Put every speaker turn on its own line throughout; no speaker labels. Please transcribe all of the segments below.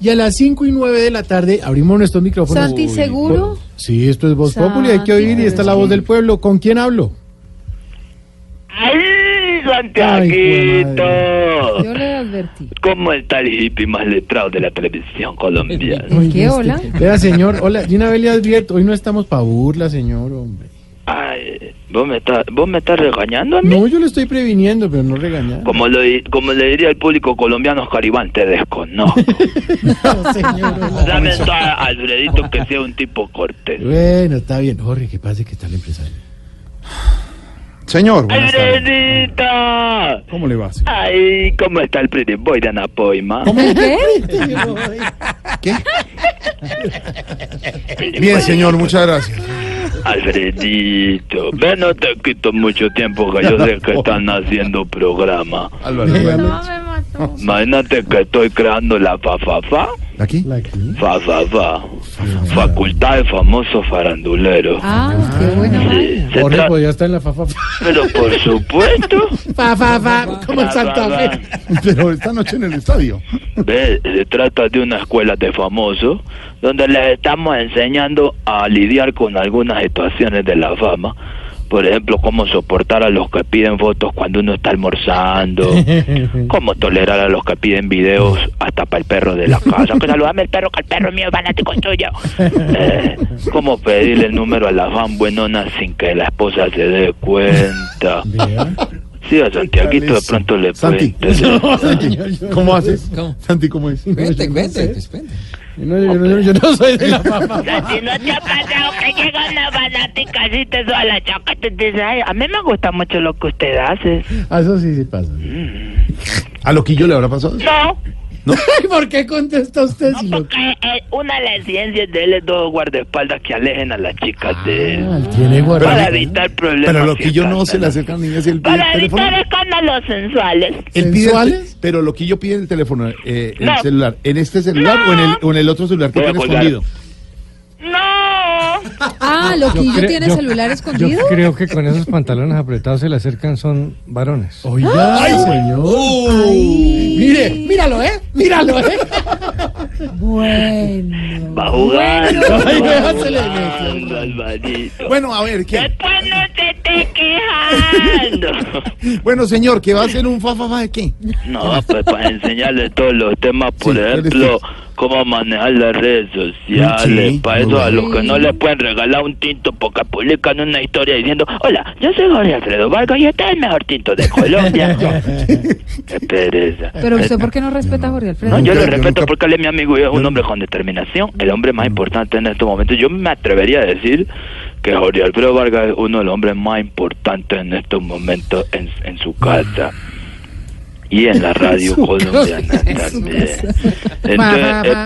Y a las 5 y 9 de la tarde abrimos nuestros micrófonos.
Santi, ¿seguro?
Sí, esto es Voz
Santi,
Populi, hay que oír y está la voz del pueblo. ¿Con quién hablo?
¡Ay,
Ay, jue
Santiaguito!
Yo le advertí.
¿Cómo está el hippie más letrado de la televisión colombiana?
¿Qué,
Oiga,
hola?
este- Vea, señor, hola, de una vez le advierto, hoy no estamos pa' burla, señor, hombre.
Ay, ¿vos me, estás, ¿vos me estás regañando a mí?
No, yo lo estoy previniendo, pero no regañar.
Como, lo di- como le diría al público colombiano, Oscar Iván, te desconozco.
No, señor, hola.
Dame a Alfredito que sea un tipo cortés.
Bueno, está bien. Jorge, que pase que está el empresario.
Señor, buenas tardes.
¡Alfredito!
¿Cómo le va, señor?
¡Ay, cómo está el Pretty Boy de Anapoima!
¿El qué?
¿Qué? Bien, señor, muchas gracias.
Alfredito, ven, no te quito mucho tiempo que yo sé que están haciendo programa.
Álvaro,
Dígame,
me mató.
Imagínate que estoy creando la fa-fa-fa.
¿aquí?
la aquí.
Fa, fa, fa. Facultad de famoso farandulero.
Ah, qué buena
Sí,
vaina.
se
Jorge
tra-
podía estar en la fafa. Fa,
Pero por supuesto.
fa, fa, fa, como en
Fa,
Santa
fa,
Fe.
Pero esta noche en el estadio.
Ve, se trata de una escuela de famosos donde les estamos enseñando a lidiar con algunas situaciones de la fama. Por ejemplo, cómo soportar a los que piden fotos cuando uno está almorzando. Cómo tolerar a los que piden videos hasta para el perro de la casa. Que saludame el perro, que el perro es mío es fanático tuyo. Eh, cómo pedirle el número a la fan buenona sin que la esposa se dé cuenta.
Vea.
Sí, a Santiaguito de pronto le
Santi.
puede
No,
Santi,
señor, yo
¿cómo
no
haces?
¿Cómo?
Santi, ¿cómo es?
Vente,
no
vente,
sé.
pues, vente.
Yo no, yo no- yo no soy de la fafa.
Si no te ha pasado que llega una fanática así te suba la chaca y te dice, "Ay, a mí me gusta mucho lo que usted hace.
Ah, Eso sí, sí pasa.
¿A Loquillo le habrá pasado?
No,
Ay, ¿Por qué contesta usted si lo
porque eh, una de las ciencias de él es dos guardaespaldas que alejen a las chicas de
Ah,
él.
tiene
Para
guardado.
evitar problemas.
Pero a Loquillo no
fiestas,
se le acerca ni hacia el pide
Para
el teléfono.
evitar escándalos sensuales.
Él pide el te-
¿Sensuales?
pero Loquillo pide el teléfono, eh, el
No.
celular. ¿En este celular o, en el, o en el otro celular que
Voy a
tiene
colgar.
escondido?
No.
Ah,
Yo
¿Loquillo
creo-
tiene
yo-
celular
Yo
escondido?
creo que con esos pantalones apretados se le acercan son varones.
Oh, Oiga, señor. Mire, míralo, ¿eh? Míralo, ¿eh?
Bueno.
Va jugando.
Ay,
va
se le metió.
jugando, Alvarito.
Bueno, a ver, ¿qué?
Después no te estés quejando.
Bueno, señor, ¿qué va a hacer un fa fa fa de qué?
No, pues para enseñarle todos los temas, por
Sí, ¿cuál es
ejemplo,
ese?
cómo manejar las redes sociales.
Sí,
para
muy
eso a
bueno.
los que no les pueden regalar un tinto porque publican una historia diciendo, hola, yo soy Jorge Alfredo Vargas y este es el mejor tinto de Colombia. Qué pereza.
Pero usted, ¿por qué no respeta a Jorge Alfredo?
No, yo lo
Nunca, yo
respeto
nunca-
porque él es mi amigo y es un hombre con determinación, el hombre más importante en estos momentos. Yo me atrevería a decir que Jorge Alfredo Vargas es uno de los hombres más importantes en estos momentos en, en su casa y en la radio colombiana también. Entonces es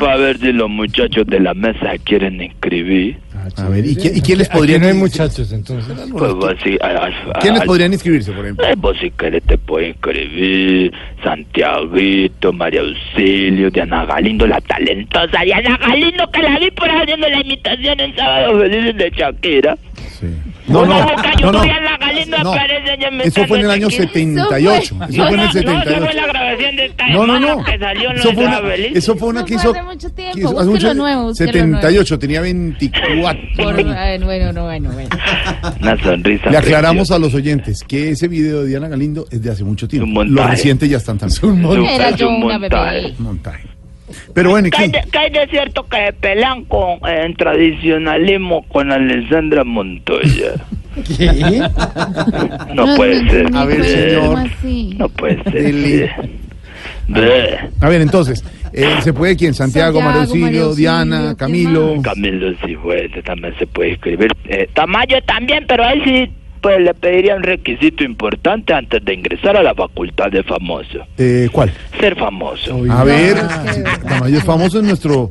para ver si los muchachos de la mesa quieren inscribir.
A ver, ¿y, qué- y quién les podría
Aquí no hay muchachos, entonces.
Pues así, a- a- a-
¿Quiénes
al-
podrían inscribirse, por ejemplo?
Eh, vos si querés te puedes inscribir, Santiaguito, María Auxilio, Diana Galindo, la talentosa Diana Galindo que la vi por ahí haciendo la imitación en Sábado Felices de Shakira.
No,
Una
no,
boca yo
no, no.
Diana Galindo
No.
aparece ya
Eso fue en el año
metiéndose aquí.
78. Eso fue en
No,
el
eso fue
78.
la grabación de esta
No, no,
hermana
no.
que salió en
Eso fue
los
una,
Sábado Felices.
eso fue una que
Eso
hizo.
fue hace mucho tiempo,
que hizo-
búsquelo nuevo, búsquelo
78, tenía 24.
Bueno, bueno, bueno, bueno.
Una sonrisa.
Le aclaramos a los oyentes que ese video de Diana Galindo es de hace mucho
Un
tiempo.
montaje.
Los recientes ya están también.
preciosa. Su-
Era
es
yo
un
una
montaje.
bebé.
Un montaje. Pero bueno, ¿y
Que hay, de,
qué?
que hay de cierto que se pelean con eh, en tradicionalismo con Alessandra Montoya.
¿Qué?
No puede ser.
A ver, señor.
No puede
Dele.
ser. Bleh.
A ver, entonces, eh, ¿se puede quién? Santiago,
Santiago,
Mario
Mario
Auxilio,
Auxilio,
Diana,
¿quién
Camilo.
Camilo Cifuentes también se puede escribir. Eh, Tamayo también, pero a él sí pues, le pediría un requisito importante antes de ingresar a la facultad de famoso.
Eh, ¿Cuál?
Ser famoso.
A ver,
qué
Tamayo es famoso en nuestro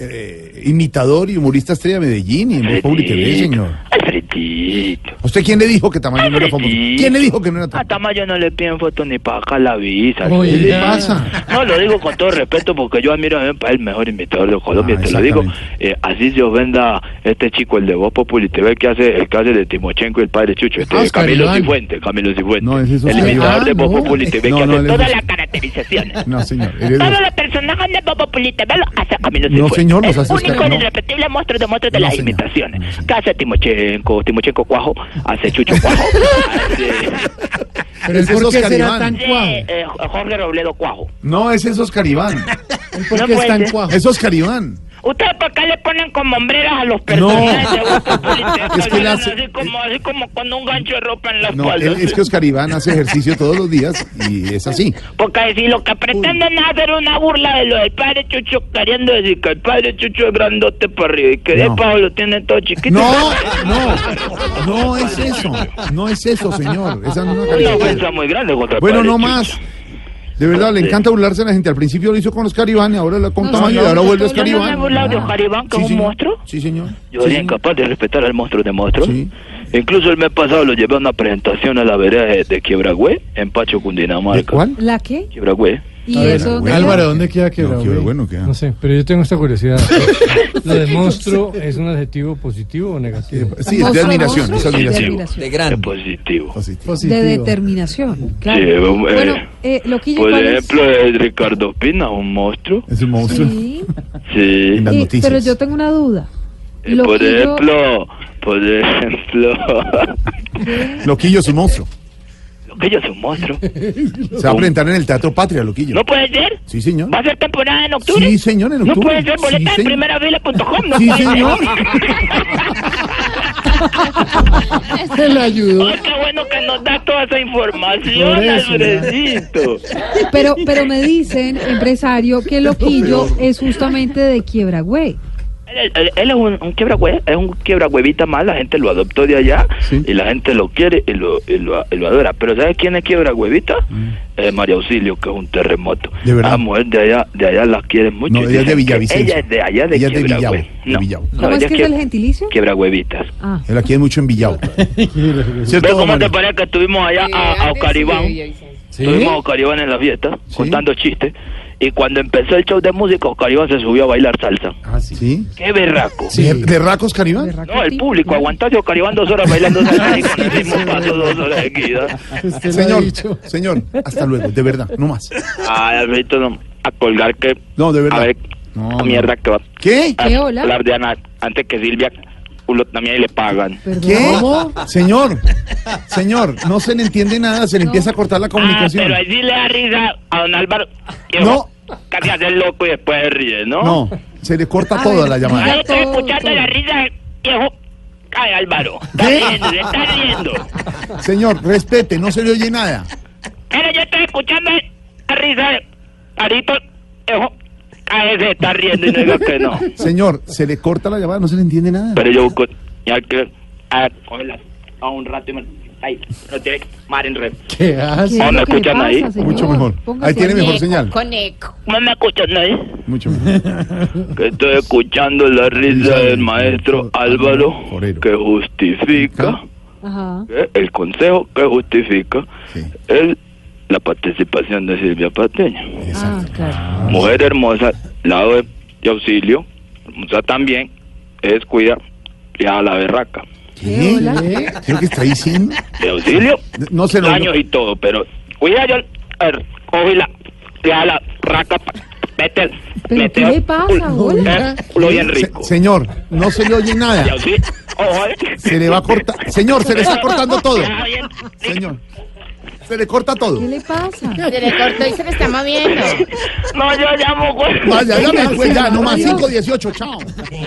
eh, imitador y humorista estrella de Medellín y en Voz Pública TV,
Alfredito,
señor.
Alfredito, chiquito.
¿A usted quién le dijo que Tamayo no era famoso?
Chiquito.
¿Quién le dijo que no era
A
Ah,
famoso?
Tamayo no le piden fotos ni para acá la visa.
¿Qué
Oye.
le pasa?
No, lo digo con todo respeto porque yo admiro a el mejor imitador de Colombia,
Ah,
te lo digo.
exactamente.
Eh, así se os venda este chico, el de Voz Populi, te ve que hace el que hace de Timochenko y el padre Chucho, este
Oscar
Camilo
Iván.
Cifuentes, Camilo Cifuentes.
Ah, No, ese es
el
Oscar
imitador
Iván.
de Voz
Ah, no.
Populi, te ve
No,
que
no,
hace
él es
todas
Oscar.
las caracterizaciones.
No, señor. él es-
Todos los personajes de Voz Populi, te ve lo hace Camilo
No,
Cifuentes.
señor, los
el
hace
único
Oscar, no.
irrepetible monstruo de monstruos de
No,
las
señor.
imitaciones.
No, señor.
¿Qué hace Timochenko? Timochenko Cuajo, hace Chucho Cuajo. hace-
Pero
Ese
¿por
es
qué
Oscar
será
Iván.
tan cuajo?
eh, eh, Jorge Robledo Cuajo.
No, ese es Oscar Iván.
¿Por
no
qué es
puede
tan
ser.
cuajo?
Es Oscar Iván.
¿Ustedes por qué le ponen como hombreras a los personajes de Voz Populi?
Es que él hace- eh,
Así como, así como con un gancho de ropa en la
No,
espalda.
él- es que Oscar Iván hace ejercicio todos los días y es así.
Porque si lo que pretenden es hacer una burla de lo del padre Chucho, queriendo decir que el padre Chucho es grandote para arriba y que de
No.
Pablo tiene todo chiquito.
No, no, no es eso. No es eso, señor. Esa no es una
Una
caricatura.
pues,
ofensa muy grande contra el
Bueno,
padre
no
Chucho.
más. De verdad, le encanta burlarse a la gente. Al principio lo hizo con Oscar Iván y ahora lo con
No,
Tamayo
señor,
y ahora
no,
vuelve
no,
Oscar
no,
Iván.
no, no,
no, no, no, Oscar Iván, que es un
señor.
monstruo.
Sí, señor.
Yo
Sí,
era
señor.
incapaz de respetar al monstruo de monstruos.
Sí.
Incluso el mes pasado lo llevé a una presentación a la vereda de, de Quiebragüe, en Pacho, Cundinamarca.
¿De cuál?
¿La qué?
Quiebragüe.
¿Y
A ver,
eso?
bueno.
Álvaro, ¿dónde queda que
No, qué bueno que
No sé, pero yo tengo esta curiosidad. ¿Lo de monstruo es un adjetivo positivo o negativo?
Eh, Sí, es de
Monstruo,
admiración, es
monstruo, sí, de
admiración.
admiración.
De
Es
grande.
positivo.
Positivo.
Positivo.
De determinación, claro.
Sí, eh,
bueno, eh, Loquillo,
Por
¿cuál es?
ejemplo, el Ricardo Pina, un monstruo.
Es un monstruo.
Sí,
Sí.
Las
y-
noticias.
Eh, pero yo tengo una duda.
Eh, por
Loquillo-
ejemplo, por ejemplo.
Loquillo es un monstruo.
Loquillo es un monstruo.
Se va a presentar en el Teatro Patria, Loquillo.
¿No puede ser?
Sí, señor.
¿Va a ser temporada en octubre?
Sí, señor, en
No
octubre.
puede ser
Sí,
boleta en
señor.
primera fila.com. No
Sí,
puede ser.
señor.
Se le ayudó.
Ay, qué Ah, bueno que nos da toda esa información,
Por eso, ya.
Alfredito.
Pero, pero me dicen, empresario, que Loquillo es justamente de quiebra, güey.
Él, él- él es un, un quiebra hue- es un quiebra huevita más, la gente lo adoptó de allá
Sí.
y la gente lo quiere y lo, y lo, y lo adora. Pero ¿sabes quién es quiebra huevita? Eh, María Auxilio, que es un terremoto.
Mm. De verdad.
La mujer de allá, de allá la quieren mucho.
No,
y
ella es
dicen que
de Villavicencio.
Ella es de allá de
Ella es de
quiebra
Villavo,
hue-
de
No,
Villavo.
no,
¿Cómo
ella
es que es
quie-
el gentilicio?
quiebra huevitas.
Ah,
Él aquí es mucho en Villao.
¿Ves
¿Cierto,
cómo te
Mario?
parece que estuvimos allá a, ¿Ah? a Caribán? Estuvimos a Oscar Iván en la fiesta,
Sí.
contando chistes. Y cuando empezó el show de música, Oscar Iván se subió a bailar salsa.
Ah, sí. ¿Sí?
¡Qué berraco!
¿De, de Racos Caribán?
berraco
No, el
tipo,
público,
claro.
aguantarse Oscar Iván dos horas bailando salsa y con el mismo paso dos horas seguidas.
Usted lo ha
Señor,
dicho.
señor, hasta luego, de verdad, no más.
Ay, Alberto, no, a colgar que...
No, de verdad.
A ver,
No,
a mierda que va.
¿Qué?
¿Qué,
a-
hola?
La Diana, antes que Silvia, culo también le pagan.
Perdón.
¿Qué? Señor, señor, no se le entiende nada, se le empieza a cortar la
Ah,
comunicación.
pero ahí sí le da risa a don Álvaro. que
No.
Casi hace el loco y después se ríe, ¿no?
No, se le corta
A ver,
toda la
Ahí
llamada.
estoy
Todo,
escuchando
todo.
la risa del viejo. Ay, Álvaro. Está
¿Qué?
riendo, se está riendo.
Señor, respete, no se le oye nada.
Pero yo estoy escuchando la risa de Arito. Viejo. Ay, se está riendo y no digo que no.
Señor, se le corta la llamada, no se le entiende nada.
Pero yo busco. Ya que. A, cógela, a un rato y me. Ay, no tiene que mar en red.
¿Qué hace?
¿Qué es
Ah,
lo que
¿me
le
escuchan
pasa,
ahí?
señor?
Mucho mejor.
Póngase
Ahí tiene mejor señal.
¿No me escuchas nadie?
Mucho mejor.
Que estoy escuchando la risa del maestro Álvaro. Que justifica.
Ajá.
¿eh? El consejo que justifica.
Sí,
es la participación de Silvia Pateño.
Ah,
exacto.
claro.
Mujer hermosa, lado de, de auxilio, hermosa también, es cuida y a la berraca.
Ah, ¿Qué, hola?
¿Qué? ¿Qué es lo que está diciendo?
De auxilio,
No se lo
daños y todo, pero cuida yo, a ver, cojo y la, y a la raca, pa- vete,
¿Pero
vete,
qué le pasa,
pul-
hola?
eh, Lo bien rico.
Se- señor, no se le oye
De
nada.
auxilio, ojo, eh.
Se le va a cortar. Señor, se le está cortando todo.
Ya, bien rico.
Señor, se le corta todo.
¿Qué le pasa?
Se le cortó y se le está moviendo.
No, yo llamo, güey.
Vaya, ya me fue, ya, nomás
Adiós.
518, chao.